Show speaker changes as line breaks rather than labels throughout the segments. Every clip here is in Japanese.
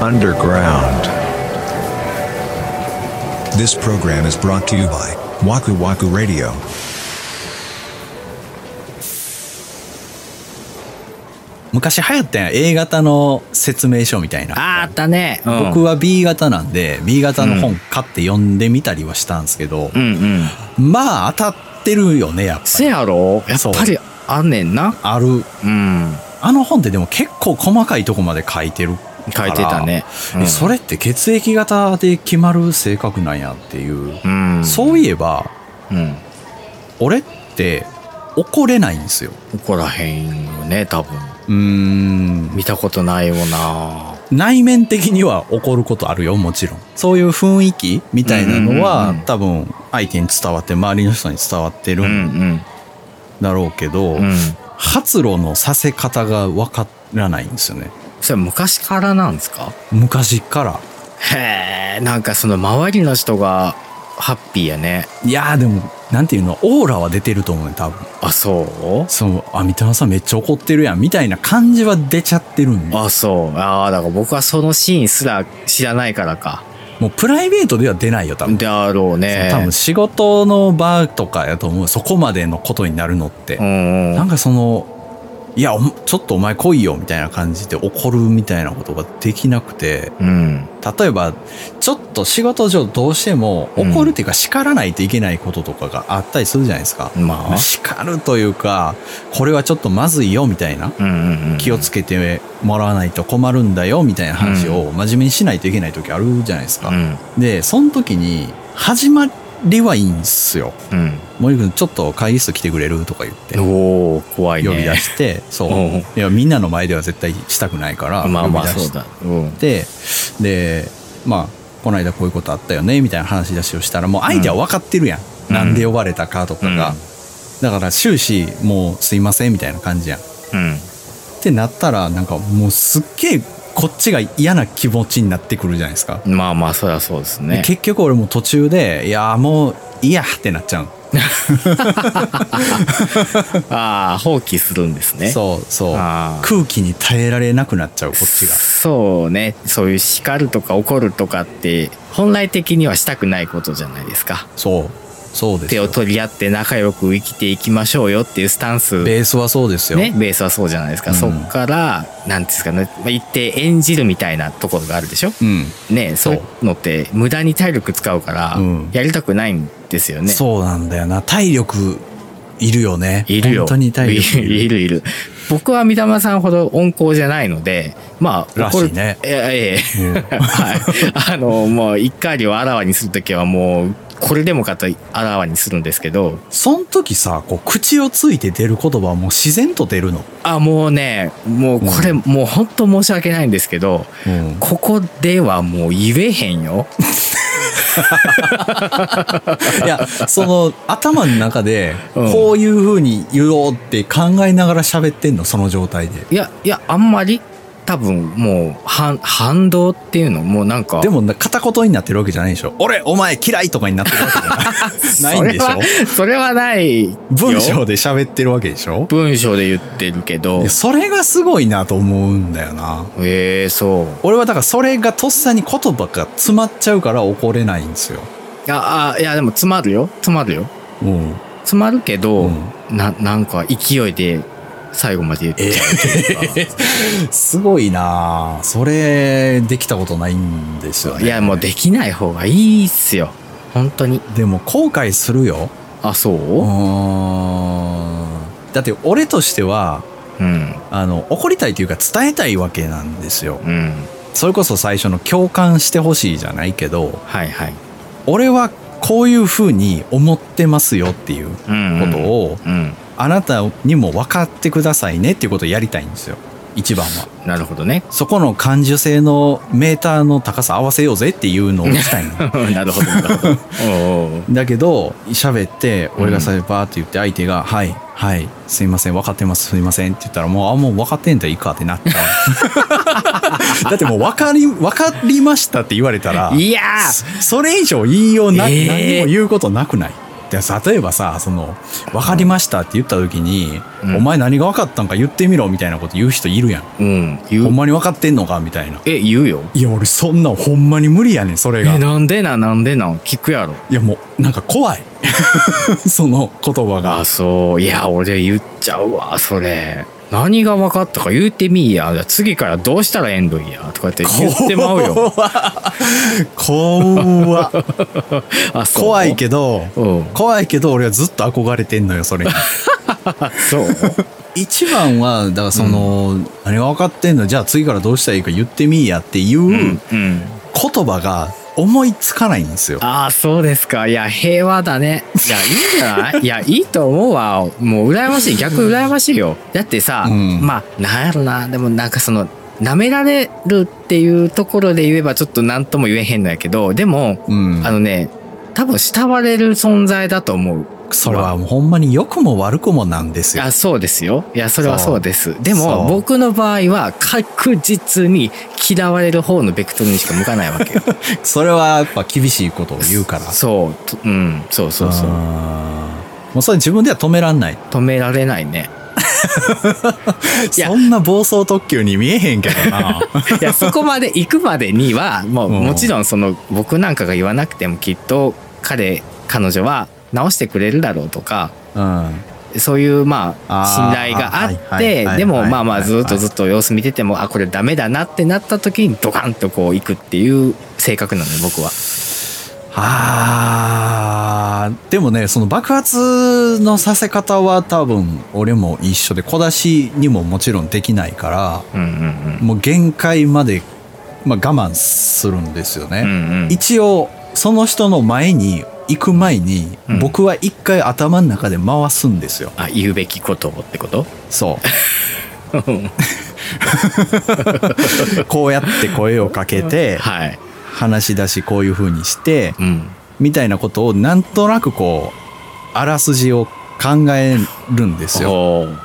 underground. This program is brought to you by Waku Waku Radio.
昔流行ったやん A 型の説明書みたいな
あーあったね、うん、
僕は B 型なんで B 型の本買って読んでみたりはしたんですけど、
うんうん
まあ当たってるよねやっぱ
せ
り
やろやっ
そう
ぱりあんねんな
ある
うん
あの本ってでも結構細かいとこまで書いてる
書いてたね
から
うん
それって血液型で決まる性格なんやっていう、
うん
そういえば
うん
俺って怒れないんですよ
怒らへんよね多分
うーん
見たことないよな
内面的には怒ることあるよもちろんそういう雰囲気みたいなのは、
うんうんうん
多分相手に伝わって周りの人に伝わってる
うんん
だろうけど、
うんうん
発露のさせ方がわからないんですよね
それ昔からなんですか
昔から
へえなんかその周りの人がハッピーやね
いやーでもなんていうのオーラは出てると思うね多分
あそ
そうあ三田さんめっちゃ怒ってるやんみたいな感じは出ちゃってるん
う
よ
あそうああだから僕はそのシーンすら知らないからか
もうプライベートでは出ないよ多分
であろうね
多分仕事の場とかやと思うそこまでのことになるのって、
うんう
なんんかその、いや、おちょっとお前来いよみたいな感じで怒るみたいなことができなくて、
うん
例えば、ちょっと仕事上どうしても
うん
怒るっていうか叱らないといけないこととかがあったりするじゃないですか。
まあ
叱るというか、これはちょっとまずいよみたいな。
うんうんうん
気をつけてもらわないと困るんだよみたいな話を真面目にしないといけない時あるじゃないですか。
うん
で、その時に始まりはいいんですよ。
うん
森君ちょっと会議室来てくれるとか言って。
おお怖いね
呼び出して、そう
うん
いやみんなの前では絶対したくないから
まあまあ
呼び出
そう
し
だうん
てでまあこの間こういうことあったよねみたいな話し出しをしたらもう相手は分かってるやん、
うん
なんで呼ばれたかとかが、
うん
だから終始もうすいませんみたいな感じやんっ
うん
てなったらなんかもうすっげえこっちが嫌な気持ちになってくるじゃないですか、
まあまあそりゃそうです
で
ね
結局俺もう途中でいやーもういいやってなっちゃう
ああ放棄するんですねう
そうそう
あー
空気に耐えられなくなっちゃうこっちが
そうねそういう叱るとか怒るとかって本来的にはしたくないことじゃないですか
そうそうです
手
よ
を取り合って仲良く生きていきましょうよっていうスタンスね
ベースはそうですよ、
ベースはそうじゃないですか、
うん
そっからなんですかねまあ一定演じるみたいなところがあるでしょ
うん、
ね
そ
そうういうのって無駄に体力使うから
うん
やりたくないんですよね、
そうなんだよな体力いるよね
いるよ。
本当に体力いる
いるいる。僕は三玉さんほど温厚じゃないので、まあ、
らしいね
怒るえええ
うん
えはい。あ の、もう、怒りをあらわにするときはもう、これでもかとあらわにするんですけど、
そん時さこう口をついて出る言葉はもう自然と出るの、
あ、もうね、もうこれ、もう本当申し訳ないんですけど、
うん、
ここではもう言えへんよ。
いやその頭の中で
うん
こういう風に言おうって考えながら喋ってんのその状態で
いや、いや、あんまり、多分もう、反、反動っていうの、もうなんか、
でもな片言になってるわけじゃないでしょ俺お前嫌いとかになってるわけじゃないないんでし
それは
ょ
それはないよ。
文章で喋ってるわけでしょ
文章で言ってるけど
いやそれがすごいなと思うんだよな
ええそう
俺はだからそれがとっさに言葉が詰まっちゃうから怒れないんですよ。
いやあいやでも詰まるよ詰まるよ
うん。
詰まるけど、
う
ななんか勢いで最後まで言っちゃうというか、
すごいなあそれ、できたことないんですよね。
いやもうできない方がいいっすよ本当に
でも後悔するよ。
あそうう
ーん。だって俺としては、
うん
あの、怒りたいというか伝えたいわけなんですよ。
うん
それこそ最初の共感してほしいじゃないけど、
はいはい
俺はこういうふうに思ってますよっていう
うん
ことを、
うん
あなたにも分かってくださいねっていうことをやりたいんですよ。一番は。
なるほどね
そこの感受性のメーターの高さ合わせようぜっていうのをしたいの。
なるほどなるほどおうおう
だけど、喋って、俺がさ、バーって言って、相手が、はい、はい、すいません、分かってます、すいませんって言ったら、もう、あ、もう分かってんだ、いいかって なった。だってもう、分かり、分かりましたって言われたら、
いやー
そそれ以上言いような、
えー
何も言うことなくない。いや例えばさその「分かりました」って言った時に「
うん
お前何が分かったんか言ってみろ」みたいなこと言う人いるやん、
うん。言
ほ。
うん
まに分かってんのかみたいな
え、言うよ。
いや俺そんなんほんまに無理やねんそれが
え、なんでなん、なんでなん、聞くやろ。
いやもうなんか怖い その言葉が
あ、そう。いや、俺言っちゃうわ、それ。何が分かったか言うてみいや。次からどうしたらええんどいや。とかって言ってまう よ。
怖っ
あそう
怖いけど、
うん
怖いけど俺はずっと憧れてんのよそれに
そう。
一番はだからその、何が分かってんのじゃあ次からどうしたらいいか言ってみいやっていう
うん
言。
うん。
葉が思いつかないんですよ、
ああ、そうですか。いや、平和だね。いや、いいんじゃないいや、いいと思うわ。もう、羨ましい。逆羨ましいよ。だってさ、
うん
まあ、なんやろな。でも、なんかその、舐められるっていうところで言えば、ちょっと何とも言えへんのやけど、でも、
うん
あのね、多分、慕われる存在だと思う。
それはもうほんまに良くも悪くもなんですよ
あそうですよいやそれはそうですで
そう
も僕の場合は確実に嫌われる方のベクトルにしか向かないわ けよ
それはやっぱ厳しいことを言うから
そうとうんそうそうそう
あーもうそれ自分では止めらんない
止められないねや
そんな暴走特急に見えへんけど な
いやそこまで行くまでにはもう
うん
もちろんその僕なんかが言わなくてもきっと彼彼女は直してくれるだろうとか
うん
そういうまあ
あー
信頼が
はい
あっ
はいはい
てでも
はい
まあま
は
あ
い
ずっとずっと様子見ててもあこれダメだなってなった時にドカンとこう行くっていう性格なのよ僕は。
あーでもねその爆発のさせ方は多分俺も一緒で小出しにももちろんできないから
うんうん
もう限界まで、まあ、我慢するんですよ
うんう
ね、
んうん
一応その人の前に行く前に、
うん
僕は一回頭の中で回すんですよ
あ言うべきことをってこと
そうこうやって声をかけて
はい。
話し出しこういう風にして
うん
みたいなことをなんとなくこうあらすじを考えるんですよ。
おー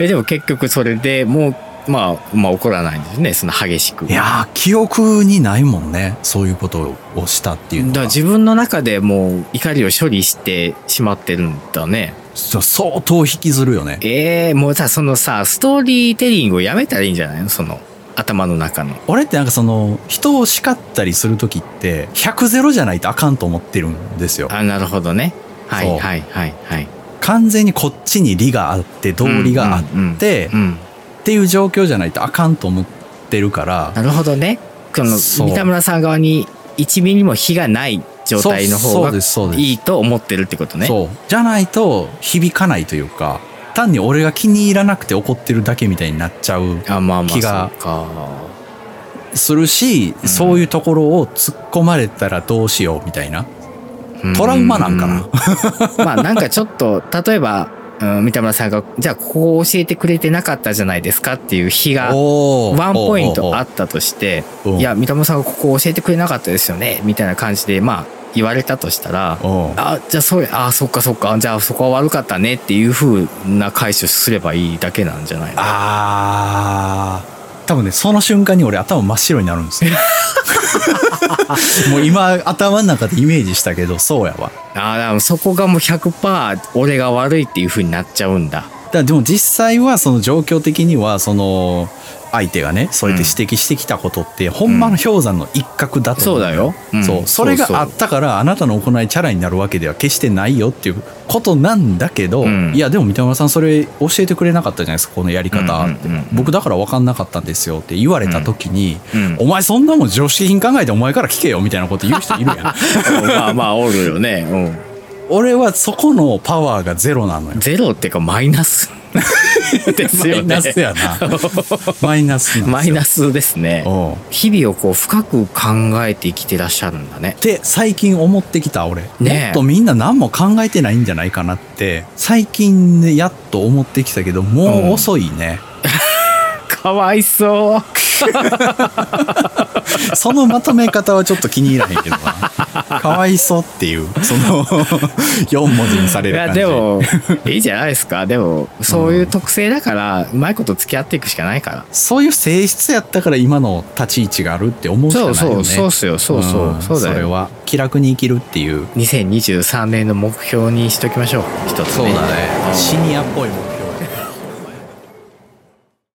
えでも結局それでもう、まあ、まあ怒らないんですねその激しく
いやー記憶にないもんねそういうことをしたっていう
だ
の
から
は
自分の中でもう怒りを処理してしまってるんだね
そう相当引きずるよね。
えー、もうさそのさストーリーテリングをやめたらいいんじゃないのその頭の中の
俺ってなんかその人を叱ったりする時って100ゼロじゃないとあかんと思ってるんですよ。
あなるほどねは
そう
いはいはいはい
完全にこっちに利があって道理があって
うん、うん
っていう状況じゃないとあかんと思ってるから
なるほどねこの
そう
三田村さん側に1ミリも火がない状態の方
そうそう
が
ですそうです
いいと思ってるってことね
そうじゃないと響かないというか単に俺が気に入らなくて怒ってるだけみたいになっちゃう
あまあまあ
気が
そうか
するし、
ん
そういうところを突っ込まれたらどうしようみたいなトラウマなんかな、
うんまあなんかちょっと例えば、うん、三田村さんが「じゃあここを教えてくれてなかったじゃないですか」っていう日が
おー
ワンポイン
おーお
ト
ー
あったとして
おうおう
「いや三田村さんがここを教えてくれなかったですよね」みたいな感じでまあ言われたとしたら「
おー
あじゃあそれあそっかそっかじゃあそこは悪かったね」っていう風な解消すればいいだけなんじゃないの
あー多分ねその瞬間に俺頭真っ白になるん ですよもう今頭の中でイメージしたけどそうやわ
あだからそこがもう100%俺が悪いっていう風になっちゃうんだ。
だからでも実際はその状況的にはその相手がねそうやって指摘してきたことってほんまの氷山の一角だと思
そうだようん
そうそれ
そ
が
うそう
あったからあなたの行いチャラになるわけでは決してないよっていうことなんだけど、
うん
いやでも三田村さんそれ教えてくれなかったじゃないですかこのやり方って、
うんうんうんうん
僕だから分かんなかったんですよって言われた時に、
うん
お前そんなもん常識品考えてお前から聞けよみたいなこと言う人いるやん
まあまあおるよね。う
俺はそこのパワーがゼロなのよ
ん。ゼロっていうかマイ ナスです
マ
よ
イ
ね。
ナスやなマイナスなん
マイナスですね。
おう
日々をこう深く考えて生きてらっしゃるんだね
っ。て最近思ってきた俺、
ねえ
もっとみんな何も考えてないんじゃないかなって最近ねやっと思ってきたけどもう遅いね、
かわいそう。
そのまとめ方はちょっと気に入らへんけ どな。かわいそうっていう、その4文字にされ
い
る感
や
じ。
でもいいじゃないですかでもそういう特性だからうまいこと付き合っていくしかないから
そういう性質やったから今の立ち位置があるって思うしかない
そ
よ
う
ね。
そうそうっすよそうそう、
ん
そうだ
れ
よ
は気楽に生きるっていう。
2023年の目標にしときましょう一つね
シニアっぽいもん。